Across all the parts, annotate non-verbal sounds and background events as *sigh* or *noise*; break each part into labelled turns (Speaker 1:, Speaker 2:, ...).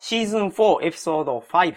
Speaker 1: シーズン4エピソード5。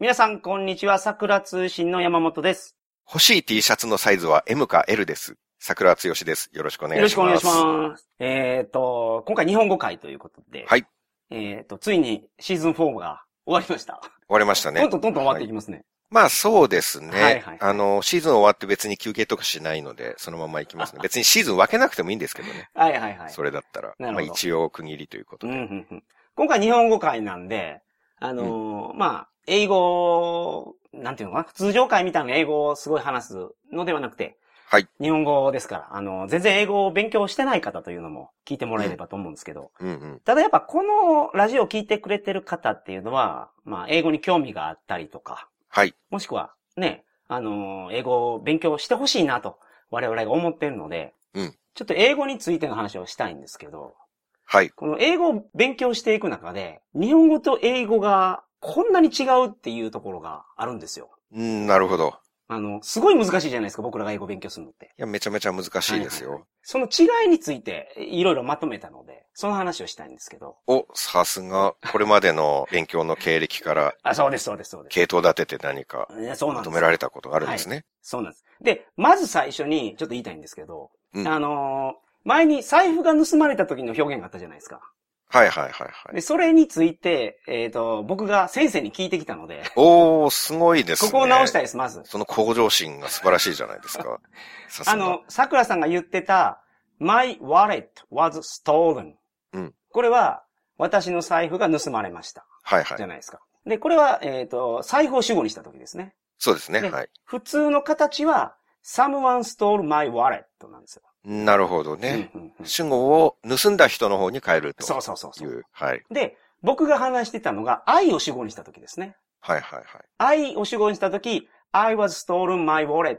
Speaker 1: 皆さん、こんにちは。桜通信の山本です。
Speaker 2: 欲しい T シャツのサイズは M か L です。桜つよしです。よろしくお願
Speaker 1: よ
Speaker 2: い
Speaker 1: ろ
Speaker 2: し
Speaker 1: し
Speaker 2: ます。
Speaker 1: くお願いします。えっ、と、今回日本語会ということで。
Speaker 2: はい。
Speaker 1: えっ、と、ついにシーズン4が終わりました。
Speaker 2: 終わりました
Speaker 1: どんど
Speaker 2: ね。
Speaker 1: んどんどん終わっていきますね。
Speaker 2: まあそうですね、
Speaker 1: はいはい
Speaker 2: あの、シーズン終わって別に休憩とかしないので、そのまま行きますね。別にシーズン分けなくてもいいんですけどね。
Speaker 1: はい、はい、はい。
Speaker 2: それだったら。
Speaker 1: なる
Speaker 2: ま
Speaker 1: ほ
Speaker 2: あ
Speaker 1: ど
Speaker 2: 一応区切りということ
Speaker 1: うん
Speaker 2: で。
Speaker 1: うんうん今回日本語会なんで、あのーまあ、英語、なんていうのかな通常会みたいな英語をすごい話すのではなくて、
Speaker 2: はい。
Speaker 1: 日本語ですから、あの、全然英語を勉強してない方というのも聞いてもらえればと思うんですけど、
Speaker 2: うんうん。
Speaker 1: ただやっぱこのラジオを聞いてくれてる方っていうのは、まあ、英語に興味があったりとか、
Speaker 2: はい。
Speaker 1: もしくは、ね、あのー英語を勉強してほしいなと、我々が思ってるので、
Speaker 2: うん
Speaker 1: ちょっと英語についての話をしたいんですけど、
Speaker 2: はい。
Speaker 1: この英語を勉強していく中で、日本語と英語がこんなに違うっていうところがあるんですよ。
Speaker 2: うん、なるほど。
Speaker 1: あの、すごい難しいじゃないですか、僕らが英語勉強するのって。
Speaker 2: いや、めちゃめちゃ難しいですよ。
Speaker 1: はははその違いについて、いろいろまとめたので、その話をしたいんですけど。
Speaker 2: お、さすが、これまでの勉強の経歴から、
Speaker 1: あ、そうです、そうです、そうです。
Speaker 2: 系統立てて何か、
Speaker 1: いやそうなん
Speaker 2: ま
Speaker 1: で
Speaker 2: と
Speaker 1: す。
Speaker 2: められたことがあるんですね。
Speaker 1: そうなんです。で、まず最初に、ちょっと言いたいんですけど、
Speaker 2: うん
Speaker 1: あのー前に財布が盗まれた時の表現があったじゃないですか。
Speaker 2: はい、はい、はい、はい。
Speaker 1: で、それについて、えっ、と、僕が先生に聞いてきたので、
Speaker 2: おー、すごいです
Speaker 1: こ
Speaker 2: ね。
Speaker 1: こを直したいです、まず。
Speaker 2: その向上心が素晴らしいじゃないで
Speaker 1: *laughs*
Speaker 2: すか。さすが
Speaker 1: あの、、桜さんが言ってた、my wallet was stolen。
Speaker 2: うん
Speaker 1: これは、私の財布が盗まれました。
Speaker 2: はいは
Speaker 1: じゃ
Speaker 2: い。
Speaker 1: ないですか。で、これは、えっ、と、財布を主語にした時ですね。
Speaker 2: そうですね。
Speaker 1: ね
Speaker 2: はい。
Speaker 1: 普通の形は、someone stole my wallet なんですよ。
Speaker 2: なるほどね。
Speaker 1: うんうんうん
Speaker 2: 主語を盗んだ人の方に変えるという。
Speaker 1: そうそうそうそう。
Speaker 2: はい。
Speaker 1: で、僕が話してたのが、愛を主語にした時ですね。
Speaker 2: はいはいはい。
Speaker 1: 愛を主語にした時、I was stolen my wallet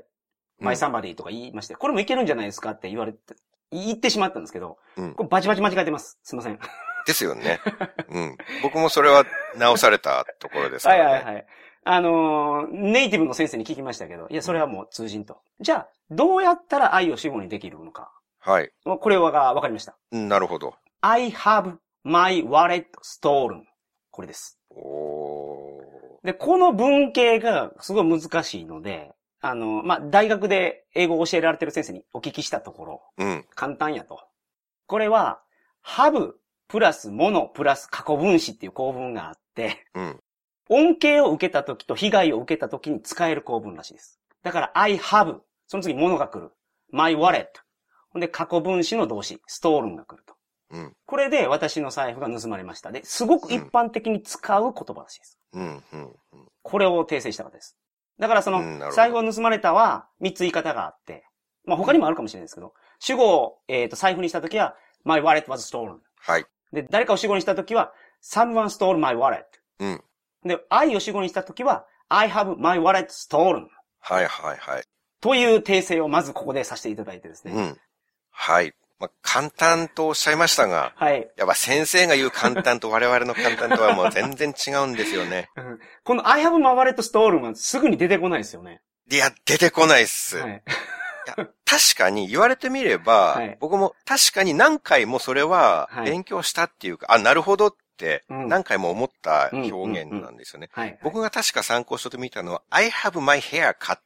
Speaker 2: うん
Speaker 1: by somebody とか言いまして、これもいけるんじゃないですかって言われて、言ってしまったんですけど、
Speaker 2: うん
Speaker 1: これバチバチ間違えてます。すいません。
Speaker 2: です
Speaker 1: *laughs*
Speaker 2: よね。うん。僕もそれは直されたところですか
Speaker 1: はい
Speaker 2: らね。
Speaker 1: はいはい。あのーネイティブの先生に聞きましたけど、いや、それはもう通じんと。じゃあ、どうやったら愛を主語にできるのか。
Speaker 2: はい。
Speaker 1: もうこれはがわかりました。
Speaker 2: うんなるほど。
Speaker 1: I have my wallet stolen. これです。
Speaker 2: お
Speaker 1: で、この文系がすごい難しいので、あの、まあ、大学で英語を教えられてる先生にお聞きしたところ、
Speaker 2: ー。うん。
Speaker 1: 簡単やと。これは、have プラスものプラス過去分詞っていう構文があって、
Speaker 2: うん。
Speaker 1: 恩恵を受けた時と被害を受けた時に使える構文らしいです。だから、I have、その次物が来る。my wallet。ほんで、過去分詞の動詞、stolen が来ると。
Speaker 2: うん。
Speaker 1: これで私の財布が盗まれました。で、すごく一般的に使う言葉らしいです。
Speaker 2: うん。うん。うん
Speaker 1: これを訂正した方です。だからその
Speaker 2: うんなるほ、ど
Speaker 1: 財布を盗まれたは、三つ言い方があって、まあ他にもあるかもしれないですけど、主語を、えーと財布にしたときは、my wallet was stolen。
Speaker 2: はい。
Speaker 1: で、誰かを主語にしたときは、someone stole my wallet。
Speaker 2: うん。
Speaker 1: で、I を主語にしたときは、I have my wallet stolen。
Speaker 2: はいはいはい。
Speaker 1: という訂正をまずここでさせていただいてですね。
Speaker 2: うん。はい。まあ、簡単とおっしゃいましたが、
Speaker 1: はい。
Speaker 2: やっぱ先生が言う簡単と我々の簡単とはもう全然違うんですよね。 *laughs*
Speaker 1: この I have my wallet stolen はすぐに出てこないですよね。
Speaker 2: いや、出てこないっす。
Speaker 1: はい。
Speaker 2: 確かに言われてみれば、
Speaker 1: はい
Speaker 2: 僕も確かに何回もそれは
Speaker 1: はい
Speaker 2: 勉強したっていうか、あ、なるほどって
Speaker 1: うん
Speaker 2: 何回も思った表現なんですよね。
Speaker 1: はい。
Speaker 2: 僕が確か参考書で見たのは、I have my hair cut っ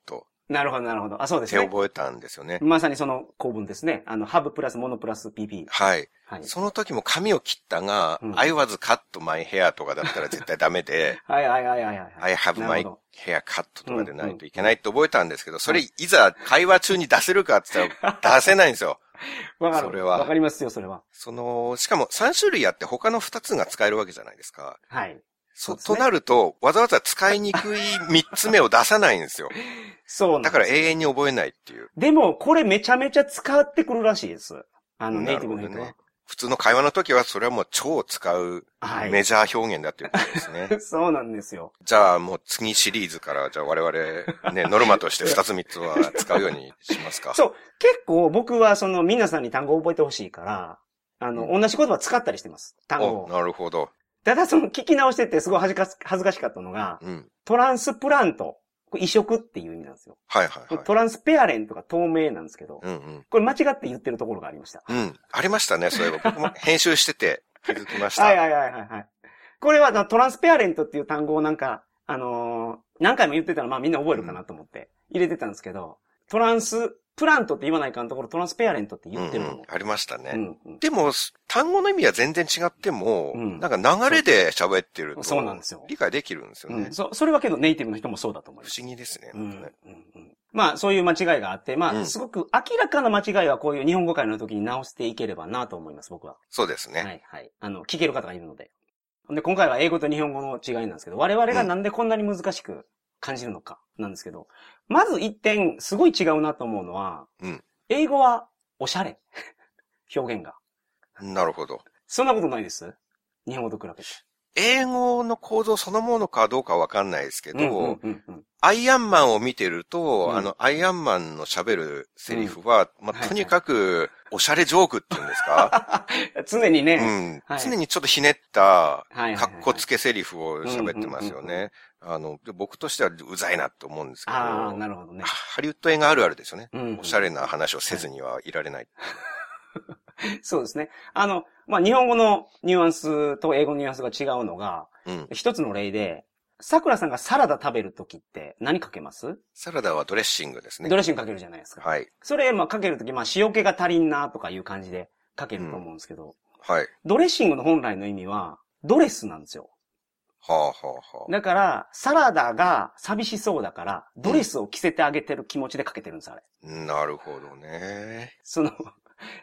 Speaker 1: なるほど、なるほど。あ、そうです
Speaker 2: て
Speaker 1: ね。
Speaker 2: 覚えたんですよね。
Speaker 1: まさにその構文ですね。あの、have プラス mono プラス pp。
Speaker 2: はい。
Speaker 1: はい。
Speaker 2: その時も髪を切ったが、
Speaker 1: うん、
Speaker 2: I was cut my hair とかだったら絶対ダメで
Speaker 1: はいはいはいはいはい。
Speaker 2: I have
Speaker 1: なる
Speaker 2: my
Speaker 1: ほ
Speaker 2: hair cut とかでないといけないって覚えたんですけど、それいざ会話中に出せるかって言ったら出せないんですよ。
Speaker 1: *laughs* どわかる。
Speaker 2: それは
Speaker 1: わかりますよ、それは。
Speaker 2: その、しかも3種類あって他の2つが使えるわけじゃないですか。
Speaker 1: はい。そ
Speaker 2: そう
Speaker 1: ですね
Speaker 2: となると、わざわざ使いにくい3つ目を出さないんですよ。
Speaker 1: そうなんで
Speaker 2: だ
Speaker 1: す
Speaker 2: から永遠に覚えないっていう。
Speaker 1: でも、これめちゃめちゃ使ってくるらしいです。あの、ネイティブの
Speaker 2: なる
Speaker 1: 人
Speaker 2: ほど
Speaker 1: は
Speaker 2: ね。。普通の会話の時はそれはもう超使う
Speaker 1: はい
Speaker 2: メジャー表現だっていうことですね。
Speaker 1: *laughs* そうなんですよ。
Speaker 2: じゃあもう次シリーズから、じゃあ我々ね、ノルマとして2つ3つは使うようにします
Speaker 1: *laughs*
Speaker 2: か。
Speaker 1: そう。結構僕はその皆さんに単語を覚えてほしいから、あの、同じ言葉使ったりしてます。単語
Speaker 2: お
Speaker 1: を。
Speaker 2: なるほど。
Speaker 1: ただその聞き直しててすごい恥ずかし恥ずかしかったのが、
Speaker 2: うん。
Speaker 1: トランスプラント。これ移植っていう意味なんですよ。
Speaker 2: はいはいはい。
Speaker 1: トランスペアレントが透明なんですけど、
Speaker 2: うんうん。
Speaker 1: これ間違って言ってるところがありました。 *laughs*
Speaker 2: うん。ありましたね、そういえば。僕も編集してて気づきました。
Speaker 1: はいはいはいはいはい。これはなトランスペアレントっていう単語をなんか、あのー何回も言ってたらまあみんな覚えるかなと思って入れてたんですけど、トランス、プラントって言わないかのところトランスペアレントって言ってると
Speaker 2: うんう
Speaker 1: 思
Speaker 2: んありましたね。
Speaker 1: う。うんうん
Speaker 2: でも、す単語の意味は全然違っても、
Speaker 1: うん
Speaker 2: なんか流れで喋ってると、
Speaker 1: そうなんですよ
Speaker 2: 理解できるんですよね。
Speaker 1: うん、そそれはけどネイティブの人もそうだと思いま
Speaker 2: 不
Speaker 1: す。
Speaker 2: 思議ですね。
Speaker 1: う
Speaker 2: なん
Speaker 1: ん
Speaker 2: かね
Speaker 1: うんうんまあ、そういう間違いがあって、ま
Speaker 2: う
Speaker 1: あ、
Speaker 2: ん
Speaker 1: すごく明らかな間違いはこういう日本語会の時に直していければなと思います、僕は。
Speaker 2: そうですね。
Speaker 1: はい、はい。あの、聞ける方がいるので。で、今回は英語と日本語の違いなんですけど、我々がなんでこんなに難しく感じるのか、なんですけど、まず一点、すごい違うなと思うのは、
Speaker 2: うん
Speaker 1: 英語はおしゃれ。表現が。
Speaker 2: なるほど。
Speaker 1: そんなことないです。日本語と比べて。
Speaker 2: 英語の構造そのものかどうかわかんないですけど、
Speaker 1: うんうんうんうん
Speaker 2: アイアンマンを見てると、
Speaker 1: うん
Speaker 2: あの、アイアンマンの喋るセリフは、ま
Speaker 1: はいは
Speaker 2: あ、
Speaker 1: い
Speaker 2: とにかく、おしゃれジョークっていうんです
Speaker 1: *laughs*
Speaker 2: か、
Speaker 1: 常に
Speaker 2: う
Speaker 1: ね、
Speaker 2: ん
Speaker 1: はい
Speaker 2: 常にちょっとひねった、
Speaker 1: はいはいはい
Speaker 2: かっこつけセリフを喋ってますよ
Speaker 1: うんうんうん
Speaker 2: ね。あの、で僕としてはうざいなと思うんですけど、
Speaker 1: ああ、なるほどね。
Speaker 2: ハリウッド映画あるあるですよね。
Speaker 1: うん
Speaker 2: おしゃれな話をせずにはいられない。
Speaker 1: そうですね。あの、まあ、日本語のニュアンスと英語のニュアンスが違うのが、
Speaker 2: うん。
Speaker 1: 一つの例で、桜さんがサラダ食べるときって何かけます
Speaker 2: サラダはドレッシングですね
Speaker 1: ド。レッシングかけるじゃないですか。
Speaker 2: はい。
Speaker 1: それ、まあ、かけるとき、まあ、塩気が足りんなとかいう感じでかけると思うんですけど、
Speaker 2: はい。
Speaker 1: ドレッシングの本来の意味は、ドレスなんですよ。
Speaker 2: はあはあはあ。
Speaker 1: だから、サラダが寂しそうだから、ドレスを着せてあげてる気持ちでかけてるんです、あれ。
Speaker 2: なるほどね。
Speaker 1: その、 *laughs*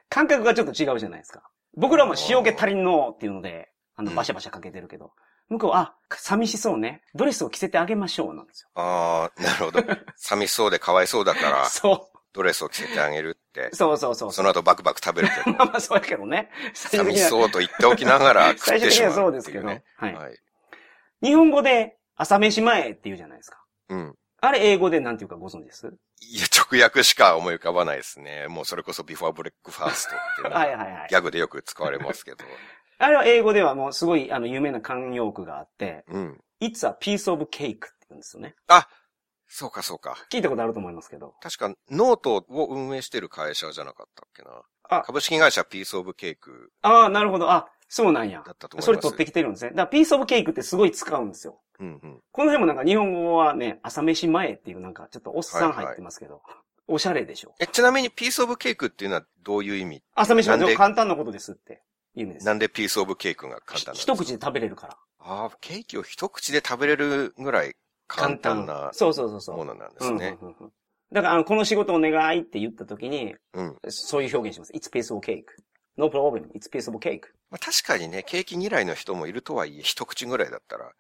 Speaker 1: 感覚がちょっと違うじゃないですか。僕らも塩気足りんのっていうので、あの、
Speaker 2: うん
Speaker 1: バシャバシャかけてるけど、向こう、あ、寂しそうね。ドレスを着せてあげましょうなんですよ。
Speaker 2: ああ、なるほど。 *laughs* 寂しそうでかわいそうだから、
Speaker 1: そ
Speaker 2: ドレスを着せてあげるって
Speaker 1: う。。そうそうそう。
Speaker 2: その後バクバク食べる
Speaker 1: *laughs*
Speaker 2: けど
Speaker 1: まあまあ、そうやけどね。最終
Speaker 2: 寂
Speaker 1: 的
Speaker 2: し
Speaker 1: には、
Speaker 2: そうと言っておきながら食
Speaker 1: 最
Speaker 2: っ
Speaker 1: 終的
Speaker 2: てし
Speaker 1: に
Speaker 2: ま
Speaker 1: は
Speaker 2: う。
Speaker 1: そうですけど。
Speaker 2: ね。
Speaker 1: はい、
Speaker 2: はい。
Speaker 1: 日本語で、朝飯前って言うじゃないですか。
Speaker 2: うん。
Speaker 1: あれ、英語でなんていうかご存知です
Speaker 2: いや、直訳しか思い浮かばないですね。もうそれこそビフォーブレックファーストっていう
Speaker 1: *laughs*
Speaker 2: の
Speaker 1: はい
Speaker 2: は
Speaker 1: はいはい
Speaker 2: ギ。ャグでよく使われますけど。
Speaker 1: あれは英語ではもうすごい、あの、有名な慣用句があって、
Speaker 2: うん。
Speaker 1: It's a piece of cake って言うんですよね。
Speaker 2: あ、そうかそうか。
Speaker 1: 聞いたことあると思いますけど。
Speaker 2: 確か、ノートを運営してる会社じゃなかったっけな。
Speaker 1: あ
Speaker 2: 株式会社ピースオブケーク
Speaker 1: ああ、なるほど。あ、そうなんや
Speaker 2: だ。ったと思います。
Speaker 1: それ取ってきてるんですね。だから、ピースオブケークってすごい使うんですよ。
Speaker 2: うんうん。
Speaker 1: この辺もなんか日本語はね、朝飯前っていうなんかちょっとおっさん入ってますけど、おしゃれでしょ。
Speaker 2: え、ちなみにピースオブケークっていうのはどういう意味
Speaker 1: 朝飯
Speaker 2: なん
Speaker 1: 前
Speaker 2: で
Speaker 1: 簡単なことですっていう意味です。
Speaker 2: なんでピースオブケークが簡単な
Speaker 1: ひ
Speaker 2: んですか
Speaker 1: 一口で食べれるから。
Speaker 2: ああ、ケーキを一口で食べれるぐらい簡単な
Speaker 1: そうそうそうそう。
Speaker 2: ものなんですね。
Speaker 1: うんうんうんうんだから、あの、この仕事お願いって言った時に、
Speaker 2: うん。
Speaker 1: そういう表現します。It's piece of cake. No problem. It's piece of cake.
Speaker 2: まあ、確かにね、ケーキ嫌いの人もいるとはいえ、一口ぐらいだったら、あ、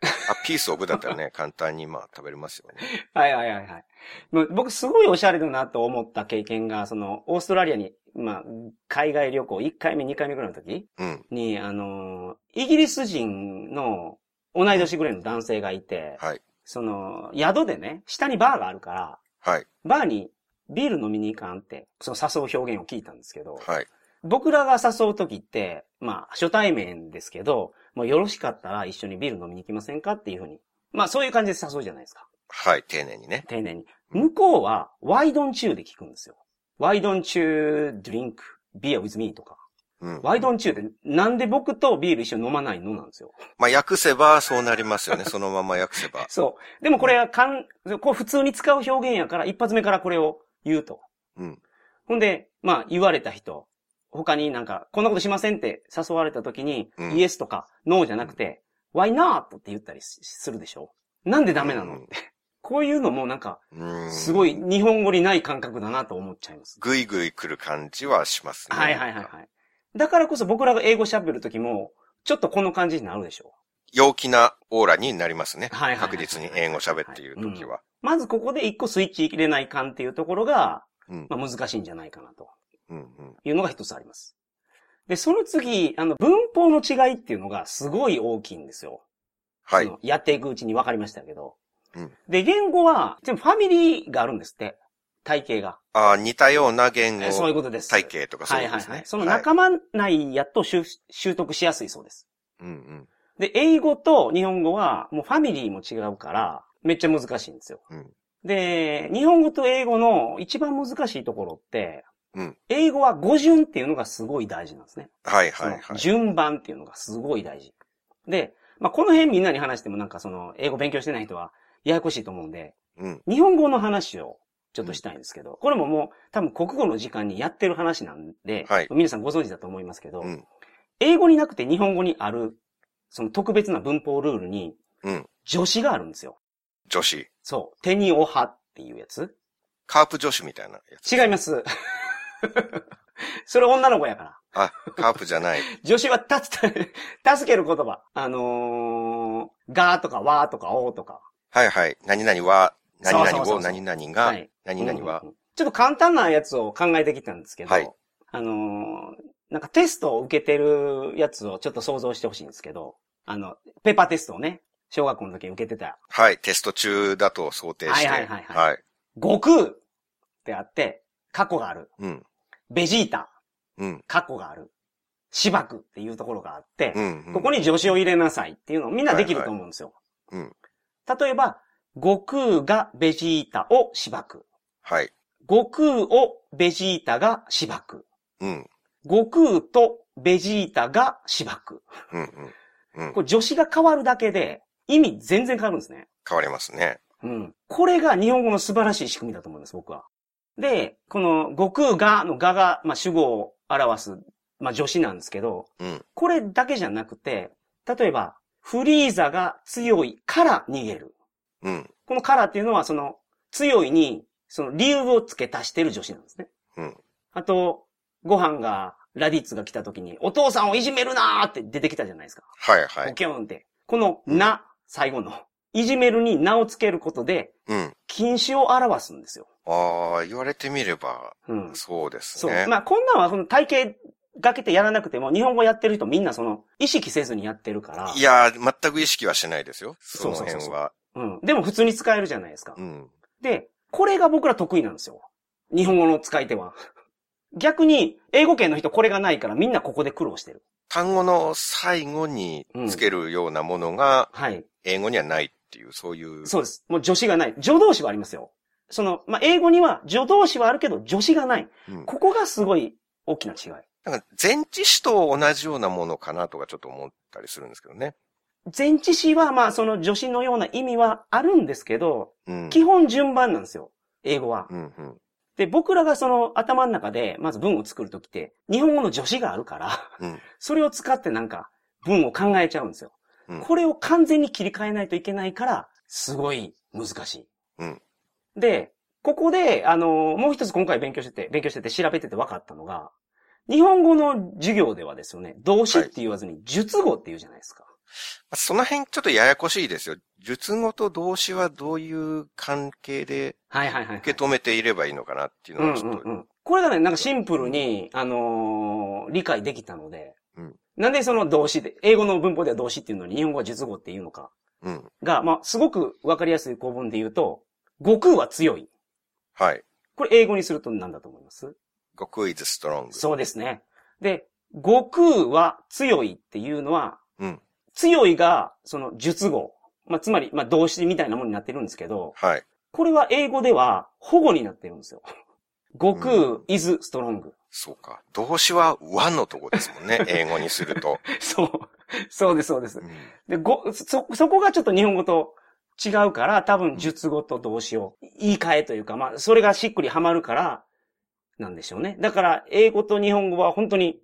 Speaker 2: ピースオブだった
Speaker 1: *laughs*
Speaker 2: らね、簡単にまあ食べれますよね。
Speaker 1: はいはいはいはい。もう僕すごいおしゃれだなと思った経験が、その、オーストラリアに、まあ、海外旅行、1回目、2回目ぐらいの時
Speaker 2: うん。
Speaker 1: に、あのー、イギリス人の同い年ぐらいの男性がいて、
Speaker 2: はい。
Speaker 1: その、宿でね、下にバーがあるから、
Speaker 2: はい。
Speaker 1: バーにビール飲みに行かんって、その誘う表現を聞いたんですけど、
Speaker 2: はい。
Speaker 1: 僕らが誘う時って、まあ、初対面ですけど、まあ、よろしかったら一緒にビール飲みに行きませんかっていうふうに、まあ、そういう感じで誘うじゃないですか。
Speaker 2: はい。丁寧にね。
Speaker 1: 丁寧に。
Speaker 2: うん
Speaker 1: 向こうは、why don't you で聞くんですよ。why don't you drink beer with me とか。
Speaker 2: うん。
Speaker 1: why don't you って、なんで僕とビール一緒に飲まないのなんですよ。
Speaker 2: まあ訳せばそうなりますよね。そのまま訳せば。
Speaker 1: そう。でもこれはかん、こう普通に使う表現やから、一発目からこれを言うと。
Speaker 2: うん。
Speaker 1: ほんで、まあ言われた人、他になんか、こんなことしませんって誘われた時に、
Speaker 2: うん
Speaker 1: イエスとかノーじゃなくて、why not って言ったりしするでしょなんでダメなの、
Speaker 2: うん
Speaker 1: こういうのもなんか、
Speaker 2: うん。
Speaker 1: すごい。日本語にない感覚だなと思っちゃいます。
Speaker 2: ぐいぐい来る感じはしますね。
Speaker 1: はいはいはいはい。だからこそ僕らが英語喋るときも、ちょっとこの感じになるでしょ
Speaker 2: 陽気なオーラになりますね。
Speaker 1: はいはいはい
Speaker 2: 確実に英語喋っている時は。
Speaker 1: う。まずここで一個スイッチ入れない感っていうところが、
Speaker 2: うん。
Speaker 1: まあ難しいんじゃないかなと
Speaker 2: うん。うん。
Speaker 1: いうのが一つあります。で、その次、あの、文法の違いっていうのがすごい大きいんですよ。
Speaker 2: は
Speaker 1: そ
Speaker 2: い。
Speaker 1: のやっていくうちに分かりましたけど。
Speaker 2: うん
Speaker 1: で、言語は、でもファミリーがあるんですって。体系が。
Speaker 2: ああ、似たような言
Speaker 1: えそういう
Speaker 2: 語
Speaker 1: ことです。
Speaker 2: 体系とかそう
Speaker 1: はいいう
Speaker 2: こ
Speaker 1: は
Speaker 2: と
Speaker 1: い
Speaker 2: です
Speaker 1: は
Speaker 2: ね
Speaker 1: い。。その仲
Speaker 2: は
Speaker 1: 間内やっと習習得しやすいそうです。
Speaker 2: い。うんうん。
Speaker 1: で、英語と日本語はもうファミリーも違うから、めっちゃ難しいんですよ。
Speaker 2: うん
Speaker 1: で、日本語と英語の一番難しいところって、
Speaker 2: うん
Speaker 1: 英語は語順っていうのがすごい大事なんですね。
Speaker 2: はいはいは
Speaker 1: その
Speaker 2: い。
Speaker 1: 順番っていうのがすごい大事。で、まあ、この辺みんなに話してもなんかその、英語勉強してない人は、ややこしいと思うんで、
Speaker 2: うん。
Speaker 1: 日本語の話をちょっとしたいんですけど、これももう多分国語の時間にやってる話なんで、
Speaker 2: はい
Speaker 1: 皆さんご存知だと思いますけど、
Speaker 2: うん。
Speaker 1: 英語になくて日本語にある、その特別な文法ルールに
Speaker 2: うん、
Speaker 1: 助詞があるんですよ。
Speaker 2: 女子。
Speaker 1: そう。手におはっていうやつ。
Speaker 2: カープ女子みたいなやつ。
Speaker 1: 違います。 *laughs* それ女の子やから。
Speaker 2: あ、カープじゃない。 *laughs*
Speaker 1: 助詞は助け、 *laughs* 助ける言葉。あのー、がとかわとかおとか。
Speaker 2: はいはい。何々は、何
Speaker 1: そうそう
Speaker 2: 々
Speaker 1: そう
Speaker 2: を、
Speaker 1: そう
Speaker 2: 何々が、
Speaker 1: い。
Speaker 2: 何々は
Speaker 1: うん。うんうんちょっと簡単なやつを考えてきたんですけど、
Speaker 2: はい
Speaker 1: あのーなんかテストを受けてるやつをちょっと想像してほしいんですけど、あの、ペーパーテストをね、小学校の時に受けてた、
Speaker 2: はい。テスト中だと想定して。
Speaker 1: は
Speaker 2: はいい
Speaker 1: はいはいは
Speaker 2: はい。
Speaker 1: 悟空ってあって、過去がある。
Speaker 2: うん。
Speaker 1: ベジータ、
Speaker 2: うん。
Speaker 1: 過去がある。芝生っていうところがあって、
Speaker 2: うん。
Speaker 1: ここに助詞を入れなさいっていうのをみんなできると思うんですよ。
Speaker 2: はいはい
Speaker 1: 例えば、悟空がベジータを芝生。
Speaker 2: はい。
Speaker 1: 悟空をベジータが芝生。
Speaker 2: うん。
Speaker 1: 悟空とベジータが芝生。
Speaker 2: うん。うん。うん。
Speaker 1: これ助詞が変わるだけで意味全然変わるんですね。
Speaker 2: 変わりますね。
Speaker 1: うん。これが日本語の素晴らしい仕組みだと思います、僕は。で、この悟空がのがが、まあ、主語を表す、まあ、助詞なんですけど、
Speaker 2: うん。
Speaker 1: これだけじゃなくて、例えば、フリーザが強いから逃げる。
Speaker 2: うん。
Speaker 1: このからっていうのは、その、強いに、その理由を付け足してる助詞なんですね。
Speaker 2: うん。
Speaker 1: あと、ご飯が、ラディッツが来た時に、お父さんをいじめるなーって出てきたじゃないですか。
Speaker 2: はいは
Speaker 1: ボ
Speaker 2: い。
Speaker 1: キョンって。この、な、最後の。いじめるに名をつけることで、
Speaker 2: うん。
Speaker 1: 禁止を表すんですよ。
Speaker 2: ああ、言われてみれば、
Speaker 1: うん。
Speaker 2: そうです
Speaker 1: そう。
Speaker 2: ね。
Speaker 1: まあ、こんなんは、その体系がけてやらなくても、日本語やってる人みんなその、意識せずにやってるから。
Speaker 2: いやー、全く意識はしてないですよ。
Speaker 1: そ
Speaker 2: そうの
Speaker 1: そうそうそう
Speaker 2: 辺は。
Speaker 1: うん。でも普通に使えるじゃないですか。
Speaker 2: うん。
Speaker 1: で、これが僕ら得意なんですよ。日本語の使い手は。 *laughs* 逆に、英語圏の人これがないからみんなここで苦労してる。
Speaker 2: 単語の最後につけるようなものが、
Speaker 1: はい。
Speaker 2: 英語にはないっていう、そういう。
Speaker 1: そうです。もう助詞がない。助動詞はありますよ。その、まあ、英語には助動詞はあるけど、助詞がない。
Speaker 2: うん
Speaker 1: ここがすごい大きな違い。
Speaker 2: なんか前置詞と同じようなものかなとかちょっと思ったりするんですけどね。
Speaker 1: 前置詞は、まあ、その助詞のような意味はあるんですけど、
Speaker 2: うん。
Speaker 1: 基本順番なんですよ。英語は
Speaker 2: う。んうん。
Speaker 1: で、僕らがその頭の中で、まず文を作るときって、日本語の助詞があるから、
Speaker 2: うん
Speaker 1: それを使ってなんか、文を考えちゃうんですよ、
Speaker 2: うん
Speaker 1: これを完全に切り替えないといけないから、すごい難しい。
Speaker 2: うん
Speaker 1: で、ここで、あの、もう一つ今回勉強してて、勉強してて調べてて分かったのが、日本語の授業ではですよね、動詞って言わずに、述語って言うじゃないですか。
Speaker 2: その辺ちょっとややこしいですよ。術語と動詞はどういう関係で
Speaker 1: はいはいはい、はい。
Speaker 2: 受け止めていればいいのかなっていう
Speaker 1: う
Speaker 2: の
Speaker 1: ん
Speaker 2: はち
Speaker 1: う
Speaker 2: ょっ
Speaker 1: ん
Speaker 2: と。
Speaker 1: うん。これがね、なんかシンプルに、あのー理解できたので、
Speaker 2: うん
Speaker 1: なんでその動詞で、英語の文法では動詞っていうのに日本語は述語っていうのか
Speaker 2: うん。
Speaker 1: が、まあ、すごくわかりやすい構文で言うと、悟空は強い。
Speaker 2: はい。
Speaker 1: これ英語にすると何だと思います
Speaker 2: 悟空 is strong.
Speaker 1: そうですね。で、悟空は強いっていうのは、
Speaker 2: うん
Speaker 1: 強いが、その述語。まあ、つまり、まあ、動詞みたいなものになってるんですけど、
Speaker 2: はい。
Speaker 1: これは英語では保護になってるんですよ。
Speaker 2: *laughs*
Speaker 1: 悟
Speaker 2: う
Speaker 1: 空
Speaker 2: ん
Speaker 1: is strong.
Speaker 2: そうか。動詞は和のとこですもんね。英語にす
Speaker 1: *laughs*
Speaker 2: ると。
Speaker 1: そう。そうです、そうです
Speaker 2: う。ん
Speaker 1: で、ご、そ、そこがちょっと日本語と違うから、多分、術語と動詞を言い換えというか、まあ、それがしっくりはまるから、なんでしょうね。だから、英語と日本語は本当に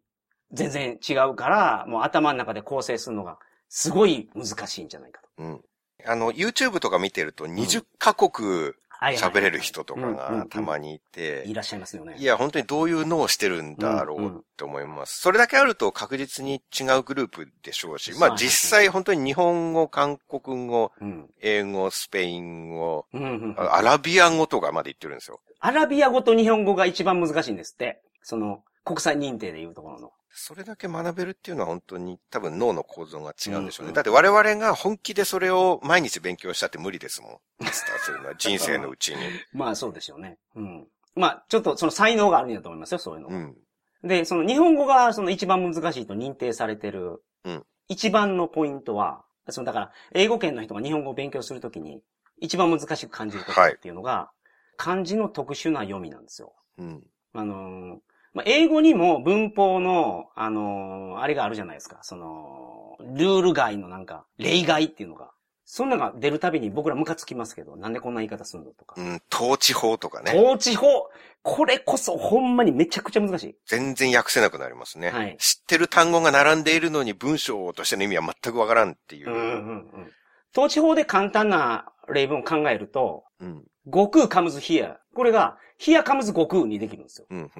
Speaker 1: 全然違うから、もう頭の中で構成するのが、すごい難しいんじゃないかと。
Speaker 2: うん。あの、YouTube とか見てると20カ国
Speaker 1: は
Speaker 2: 喋れる人とか
Speaker 1: うんうんう
Speaker 2: が
Speaker 1: ん
Speaker 2: たまにいて
Speaker 1: い、らっしゃいますよね。
Speaker 2: いや、本当にどういう脳をしてるんだろうって思います。それだけあると確実に違うグループでしょうし、ま
Speaker 1: そう
Speaker 2: あ
Speaker 1: ですね
Speaker 2: 実際本当に日本語、韓国語、
Speaker 1: うん。
Speaker 2: 英語、スペイン語、
Speaker 1: うん。うんうん。
Speaker 2: あアラビア語とかまで言ってるんですよ。
Speaker 1: アラビア語と日本語が一番難しいんですって。その、国際認定でいうところの。
Speaker 2: それだけ学べるっていうのは本当に多分脳の構造が違うんでしょうね。
Speaker 1: うん
Speaker 2: だって我々が本気でそれを毎日勉強したって無理ですもん。マスターするのは人生のうちに。
Speaker 1: まあ、そうでしょうね。うん。まあ、ちょっとその才能があるんだと思いますよ、そういうのは。
Speaker 2: うん。
Speaker 1: で、その日本語がその一番難しいと認定されてる
Speaker 2: うん、
Speaker 1: 一番のポイントは、そのだから、英語圏の人が日本語を勉強するときに、一番難しく感じることっていうのが、漢字の特殊な読みなんですよ。
Speaker 2: うん。
Speaker 1: あのーまあ、英語にも文法の、あのーあれがあるじゃないですか。その、ルール外のなんか、例外っていうのが。そんなのが出るたびに僕らムカつきますけど、なんでこんな言い方するのとか
Speaker 2: う。ん、統治法とかね。
Speaker 1: 統治法これこそほんまにめちゃくちゃ難しい。
Speaker 2: 全然訳せなくなりますね。
Speaker 1: はい
Speaker 2: 知ってる単語が並んでいるのに文章としての意味は全くわからんっていうう。
Speaker 1: んうんうん。統治法で簡単な例文を考えると、
Speaker 2: うん。
Speaker 1: 悟空 comes here。これが、here comes 悟空にできるんですよ。
Speaker 2: うん。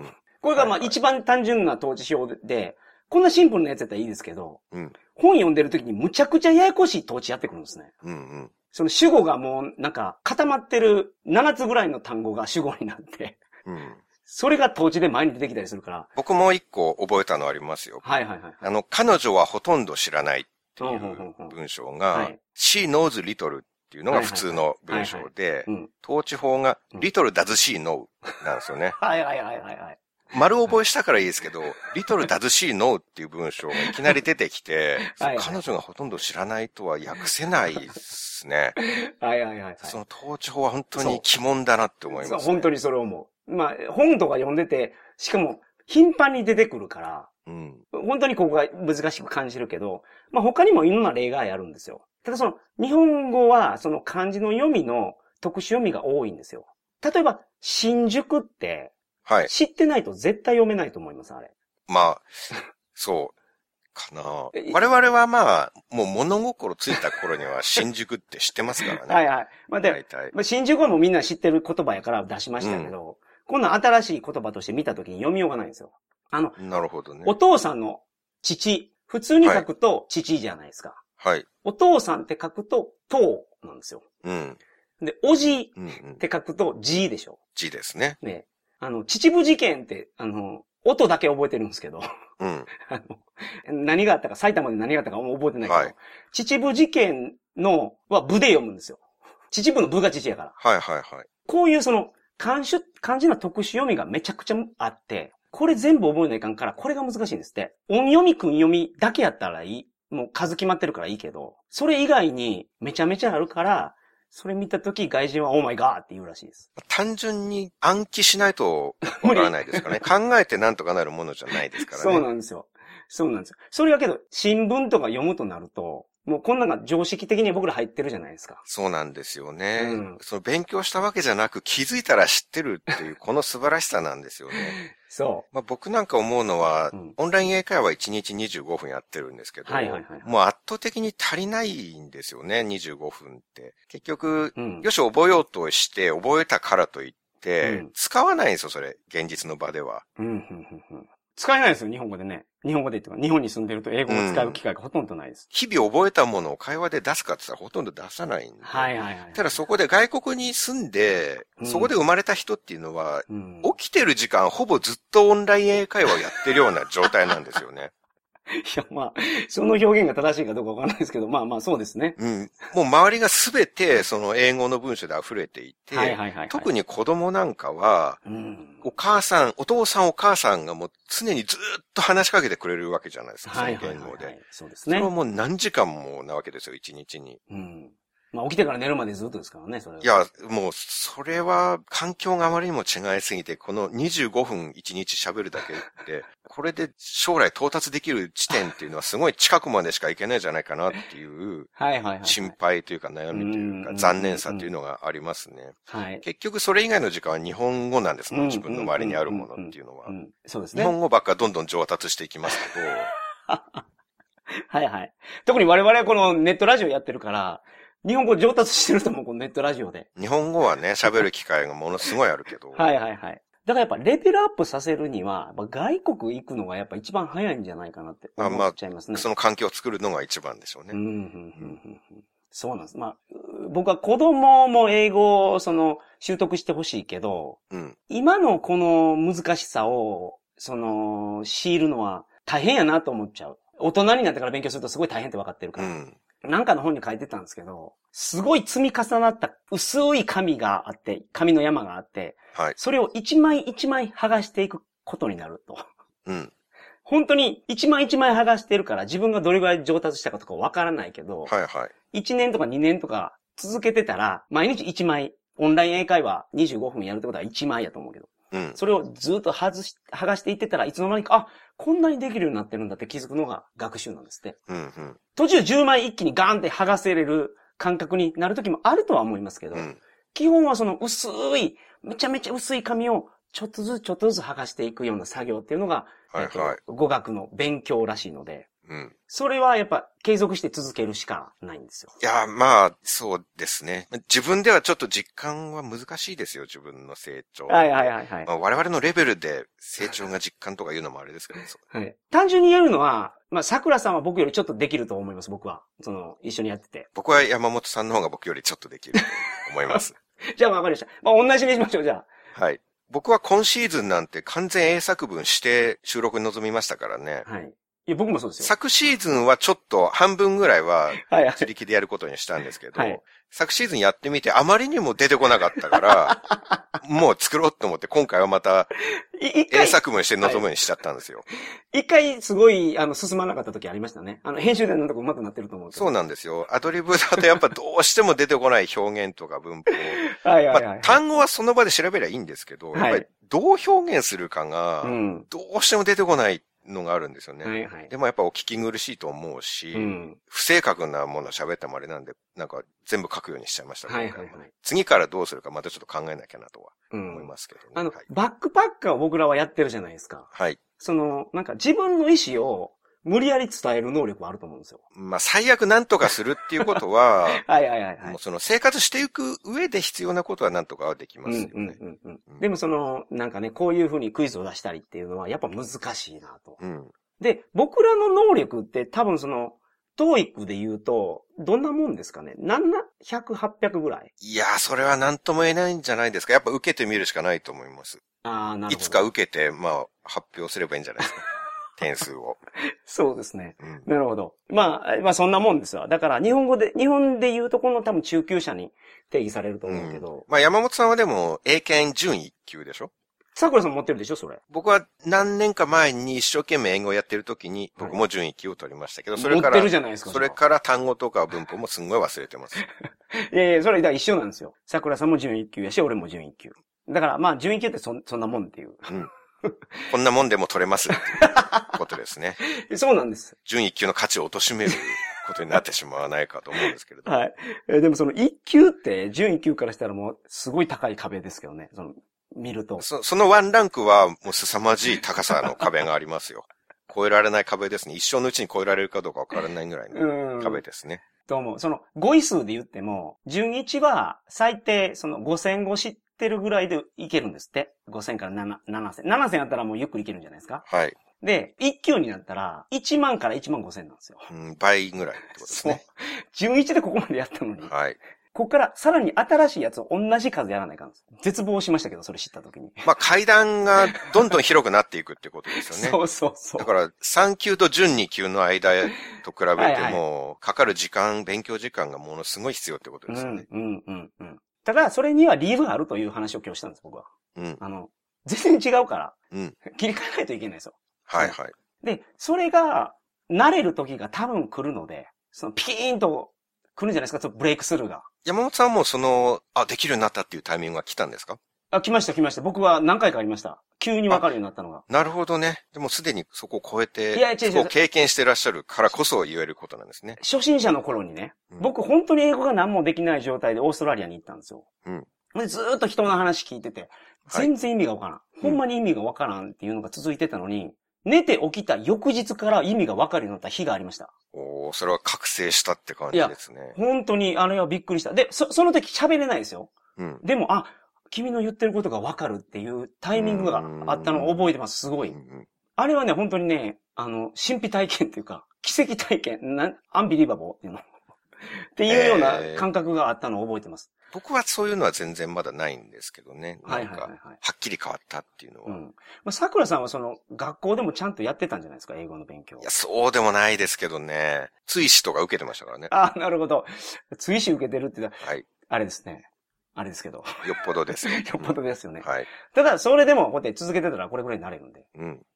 Speaker 1: これがまあ
Speaker 2: はいはい
Speaker 1: 一番単純な統治表で、こんなシンプルなやつやったらいいですけど、
Speaker 2: うん
Speaker 1: 本読んでる時にむちゃくちゃややこしい統治やってくるんですね。
Speaker 2: うん。うん。うん。
Speaker 1: その主語がもうなんか固まってる7つぐらいの単語が主語になって、
Speaker 2: うん。
Speaker 1: それが統治で前に出てきたりするから、
Speaker 2: 僕もう一個覚えたのありますよ。
Speaker 1: はいはいはい。
Speaker 2: あの、彼女はほとんど知らないってい
Speaker 1: ほうほうほうほう
Speaker 2: う文章
Speaker 1: は
Speaker 2: が
Speaker 1: い、
Speaker 2: she knows little っていうのが普通の文章で
Speaker 1: う、ん。
Speaker 2: 統治法が
Speaker 1: うん。
Speaker 2: little does she know なんですよね
Speaker 1: はいはいはいはいはい。
Speaker 2: 丸覚えしたからいいで
Speaker 1: *laughs*
Speaker 2: すけど、little does she know っていう文章がいきなり出てきて、
Speaker 1: はい
Speaker 2: 彼女がほとんど知らないとは訳せないですね。
Speaker 1: はいはいはいはい。
Speaker 2: その統治法は本当に鬼門だなって思います、
Speaker 1: そう
Speaker 2: ね。
Speaker 1: 本当にそれ思う。まあ、本とか読んでて、しかも頻繁に出てくるから、
Speaker 2: うん。
Speaker 1: 本当にここが難しく感じるけど、まあ他にもいろんな例外あるんですよ。ただその、日本語はその漢字の読みの特殊読みが多いんですよ。例えば、新宿って、
Speaker 2: はい。
Speaker 1: 知ってないと絶対読めないと思います、あれ。
Speaker 2: まあ、そう、かな。
Speaker 1: えい
Speaker 2: 我々はまあ、もう物心ついた頃には新宿って知ってますからね。
Speaker 1: はいはい。まあ、で、
Speaker 2: 大体。
Speaker 1: まあ、新宿はもうみんな知ってる言葉やから出しましたけど、こんな新しい言葉として見た時に読みようがないんですよ。あの、
Speaker 2: なるほどね。
Speaker 1: お父さんの父、普通に書くと父じゃないですか。
Speaker 2: はい。
Speaker 1: お父さんって書くと、父なんですよ。
Speaker 2: うん。
Speaker 1: で、おじっ
Speaker 2: うん、うん
Speaker 1: て。書くと、じでしょ。
Speaker 2: 字ですね。
Speaker 1: ね。あの、秩父事件って、あの、音だけ覚えてるんですけど、 *laughs*
Speaker 2: うん。
Speaker 1: あの、何があったか、埼玉で何があったかも覚えてないけど、
Speaker 2: はい
Speaker 1: 秩父事件のは部で読むんですよ。秩父の部が父やから。
Speaker 2: はいはいはい。
Speaker 1: こういうその、漢字、漢字の特殊読みがめちゃくちゃあって、これ全部覚えないかんから、これが難しいんですって。音読み、訓読みだけやったらいい。もう数決まってるからいいけど、それ以外にめちゃめちゃあるから、それ見たとき外人はオーマイガーって言うらしいです。
Speaker 2: 単純に暗記しないとわからないですか
Speaker 1: *laughs*
Speaker 2: らね。考えてなんとかなるものじゃないですからね。
Speaker 1: そうなんですよ。そうなんですよ。それだけど、新聞とか読むとなると、もうこんなんが常識的に僕ら入ってるじゃないですか。
Speaker 2: そうなんですよね、
Speaker 1: うん
Speaker 2: その勉強したわけじゃなく気づいたら知ってるっていうこの素晴らしさなんですよね。
Speaker 1: そ
Speaker 2: まあ僕なんか思うのは、
Speaker 1: うん
Speaker 2: オンライン英会話1日25分やってるんですけど、
Speaker 1: はいはいはいはい
Speaker 2: もう圧倒的に足りないんですよね、25分って。結局、
Speaker 1: う。うん。
Speaker 2: よし覚えようとして覚えたからといって、
Speaker 1: うん
Speaker 2: 使わないんですよ、それ。現実の場では。
Speaker 1: うんうんうんうん使えないですよ、日本語でね。日本語でっていうか、日本に住んでると英語を使う機会がほとんどないです。
Speaker 2: 日々覚えたものを会話で出すかって言ったらほとんど出さないんで。
Speaker 1: はいはいはい。
Speaker 2: ただそこで外国に住んで、
Speaker 1: うん
Speaker 2: そこで生まれた人っていうのは、
Speaker 1: うん、
Speaker 2: 起きてる時間ほぼずっとオンライン英会話をやってるような状態なんです
Speaker 1: *laughs*
Speaker 2: よね。
Speaker 1: いや、まあ、その表現が正しいかどうかわかんないですけど、まあまあ、そうですね。
Speaker 2: うん。もう周りがすべてその英語の文章で溢れていて、
Speaker 1: はいはいはい、はい。
Speaker 2: 特
Speaker 1: に。
Speaker 2: に子供なんかは、
Speaker 1: うん。
Speaker 2: お母さん、お父さんお母さんがもう常にずっと話しかけてくれるわけじゃないですか、その
Speaker 1: はい
Speaker 2: 言
Speaker 1: はいはい、
Speaker 2: 語
Speaker 1: はい
Speaker 2: で。。
Speaker 1: そうです
Speaker 2: それは
Speaker 1: ね。
Speaker 2: もう何時間もなわけですよ、一日に。
Speaker 1: うん。まあ、起きてから寝るまでずっとですからね、それは。
Speaker 2: いや、もう、それは、環境があまりにも違いすぎて、この25分1日喋るだけって、これで将来到達できる地点っていうのはすごい近くまでしか行けないんじゃないかなっていう、
Speaker 1: はいはいはいはい。
Speaker 2: 心配というか悩みという
Speaker 1: う
Speaker 2: か、
Speaker 1: ん
Speaker 2: 残念さというのがありますね。
Speaker 1: はい。
Speaker 2: 結局それ以外の時間は日本語なんです
Speaker 1: う
Speaker 2: も、
Speaker 1: んん
Speaker 2: 自分の周りにあるものっていうのは
Speaker 1: う。ん。そうです
Speaker 2: 日
Speaker 1: ね。
Speaker 2: 本語ばっかどんどん上達していきます
Speaker 1: *laughs*
Speaker 2: けど、
Speaker 1: はいはい。特に我々はこのネットラジオやってるから、日本語上達してると思う、このネットラジオで。
Speaker 2: 日本語はね、喋る機会がものすごいあるけど、
Speaker 1: はいはいはい。だからやっぱレベルアップさせるには、やっぱ外国行くのがやっぱ一番早いんじゃないかなって
Speaker 2: あま
Speaker 1: 思
Speaker 2: あ
Speaker 1: っちゃいますね。
Speaker 2: その環境を作るのが一番でしょ
Speaker 1: う
Speaker 2: う
Speaker 1: ん
Speaker 2: ね。
Speaker 1: うんうんうんうんそうなんです。まあ、う僕は子供も英語を、その、習得してほしいけど、
Speaker 2: うん。
Speaker 1: 今のこの難しさを、その、強いるのは大変やなと思っちゃう。大人になってから勉強するとすごい大変って分かってる
Speaker 2: う
Speaker 1: から。
Speaker 2: ん。
Speaker 1: なんかの本に書いてたんですけど、すごい積み重なった薄い紙があって、紙の山があって、
Speaker 2: はい。
Speaker 1: それを一枚一枚剥がしていくことになると。 *laughs*
Speaker 2: うん。
Speaker 1: 本当に一枚一枚剥がしてるから自分がどれぐらい上達したかとかわからないけど、
Speaker 2: はいはい。
Speaker 1: 1年とか2年とか続けてたら、毎日1枚、オンライン英会話25分やるってことは1枚やと思うけど、
Speaker 2: うん。
Speaker 1: それをずっと外し、剥がしていってたらいつの間にか、あ、こんなにできるようになってるんだって気づくのが学習なんですって。
Speaker 2: うん。うん。
Speaker 1: 途中10枚一気にガーンって剥がせれる感覚になる時もあるとは思いますけど、
Speaker 2: うん。
Speaker 1: 基本はその薄い、めちゃめちゃ薄い紙をちょっとずつちょっとずつ剥がしていくような作業っていうのが、
Speaker 2: はいはい。
Speaker 1: 語学の勉強らしいので、
Speaker 2: うん。
Speaker 1: それはやっぱ継続して続けるしかないんですよ。
Speaker 2: いや、まあ、そうですね。自分ではちょっと実感は難しいですよ、自分の成長。
Speaker 1: はいはいはいはい
Speaker 2: ま。あ、我々のレベルで成長が実感とか言うのもあれです
Speaker 1: *laughs*
Speaker 2: けど、そう
Speaker 1: はい、単純に言えるのは、まあ、桜さんは僕よりちょっとできると思います、僕は。その、一緒にやってて。 *laughs*
Speaker 2: 僕は山本さんの方が僕よりちょっとできると思います。
Speaker 1: じゃあわかりました。まあ、同じにしましょう、じゃあ。
Speaker 2: はい。僕は今シーズンなんて完全英作文して収録に臨みましたからね。
Speaker 1: はい。いや、僕もそうですよ。
Speaker 2: 昨シーズンはちょっと半分ぐらいは
Speaker 1: はいはい
Speaker 2: 自力でやることにしたんですけど、
Speaker 1: はい
Speaker 2: 昨シーズンやってみてあまりにも出てこなかっ
Speaker 1: *laughs*
Speaker 2: たから、もう作ろうと思って今回はまた
Speaker 1: い一
Speaker 2: 英
Speaker 1: 回、
Speaker 2: 作文して臨むようにしちゃったんですよ。
Speaker 1: 一回すごい、あの、進まなかった時ありましたね。あの、編集でなんとかうまくなってると思うけど。
Speaker 2: そうなんですよ。アドリブだとやっぱどうしても出てこない表現とか文法。
Speaker 1: はい
Speaker 2: ま
Speaker 1: はいは
Speaker 2: あ
Speaker 1: い。、
Speaker 2: 単語はその場で調べりゃいいんですけど、
Speaker 1: はい
Speaker 2: やっぱりどう表現するかが
Speaker 1: う、ん。
Speaker 2: どうしても出てこないのがあるんですよね。
Speaker 1: はいはい。
Speaker 2: でもやっぱお聞き苦しいと思うし、
Speaker 1: うん。
Speaker 2: 不正確なものを喋ったもあれなんで、なんか全部書くようにしちゃいました、
Speaker 1: はい
Speaker 2: 今
Speaker 1: はい
Speaker 2: 回も
Speaker 1: はい。
Speaker 2: 次からどうするかまたちょっと考えなきゃなとは
Speaker 1: う
Speaker 2: 思い
Speaker 1: ん。
Speaker 2: ますけど、ね
Speaker 1: あの
Speaker 2: はい、、
Speaker 1: バックパッカーを僕らはやってるじゃないですか。
Speaker 2: はい。
Speaker 1: その、なんか自分の意思を無理やり伝える能力はあると思うんですよ。
Speaker 2: まあ最悪なんとかするっていうことは、
Speaker 1: *laughs* はいはいはいはい
Speaker 2: もう。その生活していく上で必要なことはなんとかはできますよね。
Speaker 1: うんうんうんう。
Speaker 2: うんん
Speaker 1: でもその、なんかね、こういうふうにクイズを出したりっていうのはやっぱ難しいなと。
Speaker 2: うん
Speaker 1: で、僕らの能力って多分その、教育で言うと、どんなもんですかね ?700、800ぐらい
Speaker 2: いやー、それは何とも言えないんじゃないですか。やっぱ受けてみるしかないと思います。
Speaker 1: ああ、なる
Speaker 2: い
Speaker 1: ほど。
Speaker 2: つか。受けて、まあ、発表すればいいんじゃないです
Speaker 1: *laughs*
Speaker 2: か。点数を。
Speaker 1: そうですね。
Speaker 2: うん。
Speaker 1: なるほど。まあ、まあそんなもんですわ。だから日本語で、日本で言うとこの多分中級者に定義されると思うけど、
Speaker 2: まあ、山本さんはでも、英検準1級でしょ
Speaker 1: 桜さん持ってるでしょそれ。
Speaker 2: 僕は何年か前に一生懸命英語をやってる時に、
Speaker 1: はい
Speaker 2: 僕も準1級を取りましたけど、それか
Speaker 1: 持ってる
Speaker 2: ら、
Speaker 1: じゃないですか。
Speaker 2: それから単語とか文法もすんごい忘れてます。
Speaker 1: いやいや、それ、だから一緒なんですよ。桜さんも準一級やし、俺も準一級。だから、まあ、準一級ってそん、そんなもんっていう。 *laughs*
Speaker 2: こんなもんでも取れますってい
Speaker 1: *laughs*
Speaker 2: うことですね。
Speaker 1: そうなんです。
Speaker 2: 準1級の価値を貶めることになってしまわないかと思うんですけれど。
Speaker 1: はい。えーでもその一級って、準一級からしたらもう、すごい高い壁ですけどね。その、見ると。
Speaker 2: そそのワンランクはもう凄まじい高さの壁がありますよ。超えられない壁ですね。一生のうちに超えられるかどうかわからないぐらいの
Speaker 1: うん。
Speaker 2: 壁ですね。
Speaker 1: と思う。その、語彙数で言っても、準一は、最低、その、5000語知ってるぐらいでいけるんですって。5000から7 7000。7000あったらもうゆっくりいけるんじゃないですか。
Speaker 2: はい、
Speaker 1: で、一級になったら、1万から1万5000なんですよ。
Speaker 2: うん。倍ぐらいってことですね。
Speaker 1: 準一でここまでやったのに。
Speaker 2: はい。
Speaker 1: ここからさらに新しいやつを同じ数やらないかんです。絶望しましたけど、それ知った時に。
Speaker 2: まあ階段がどんどん広くなっていくってことで
Speaker 1: *laughs*
Speaker 2: すよね。
Speaker 1: そうそうそ
Speaker 2: だ
Speaker 1: う。
Speaker 2: から3級と準2級の間と比
Speaker 1: は
Speaker 2: べ
Speaker 1: い
Speaker 2: て
Speaker 1: はい
Speaker 2: も、かかる時間、勉強時間がものすごい必要ってこと
Speaker 1: う
Speaker 2: ですよ
Speaker 1: ん
Speaker 2: ね。、
Speaker 1: うん、うん、うん。ただ、それには理由があるという話を今日したんです、僕は。
Speaker 2: うん。
Speaker 1: あの、全然違うから、
Speaker 2: うん
Speaker 1: 切り替えないといけないですよ。
Speaker 2: はいはい。
Speaker 1: で、それが、慣れる時が多分来るので、そのピキーンと来るんじゃないですか、そのブレイクスルーが。
Speaker 2: 山本さんはもうその、あ、できるようになったっていうタイミングが来たんですか
Speaker 1: あ、来ました来ました。僕は何回かありました。急にわかるようになったのが。
Speaker 2: なるほどね。でもすでにそこを超えて、
Speaker 1: いや違う違う
Speaker 2: そこを経験してらっしゃるからこそ言えることなんですね。
Speaker 1: 初心者の頃にね、
Speaker 2: うん
Speaker 1: 僕本当に英語が何もできない状態でオーストラリアに行ったんですよ。
Speaker 2: うん
Speaker 1: でずーっと人の話聞いてて、
Speaker 2: はい
Speaker 1: 全然意味がわからん,、
Speaker 2: ん
Speaker 1: ほんまに意味がわからんっていうのが続いてたのに、寝て起きた翌日から意味がわかるようになった日がありました。
Speaker 2: おおそれは覚醒したって感じですね。
Speaker 1: 本当にあれはびっくりした。で、そ、その時喋れないですよ。
Speaker 2: うん。
Speaker 1: でも、あ、君の言ってることがわかるっていうタイミングがあったのを覚えてます。すご
Speaker 2: う
Speaker 1: い。
Speaker 2: ん
Speaker 1: あれはね、本当にね、あの、神秘体験っていうか、奇跡体験、なん、アンビリバボーっていうの。 *laughs* っていうような
Speaker 2: えー
Speaker 1: 感覚があったのを覚えてます。
Speaker 2: 僕はそういうのは全然まだないんですけどね。
Speaker 1: は
Speaker 2: ないん
Speaker 1: はい
Speaker 2: か、
Speaker 1: は
Speaker 2: はい
Speaker 1: はい。
Speaker 2: っきり変わったっていうのは。
Speaker 1: うん。まあ、桜さんはその、学校でもちゃんとやってたんじゃないですか、英語の勉強
Speaker 2: いや、。そうでもないですけどね。追試とか受けてましたからね。
Speaker 1: *laughs* ああ、なるほど。追試受けてるって言ったら、
Speaker 2: はい。
Speaker 1: あれですね。あれですけど。
Speaker 2: よっぽどですよ。よ
Speaker 1: *laughs* よっぽどですよね。
Speaker 2: はい。
Speaker 1: ただ、それでも、こうやって続けてたらこれぐらいになれるんで。
Speaker 2: うん。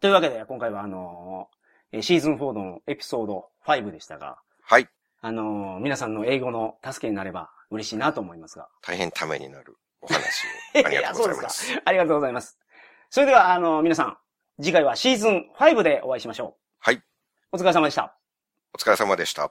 Speaker 1: というわけで、今回はあのーえーシーズン4のエピソード5でしたが、
Speaker 2: はい。
Speaker 1: あのー皆さんの英語の助けになれば嬉しいなと思いますが、
Speaker 2: 大変ためになる。お話を。ありがとうござ
Speaker 1: *laughs* いやそう
Speaker 2: い
Speaker 1: で
Speaker 2: ますす。
Speaker 1: ありがとうございます。それでは、あの、皆さん、次回はシーズン5でお会いしましょう。
Speaker 2: はい。
Speaker 1: お疲れ様でした。
Speaker 2: お疲れ様でした。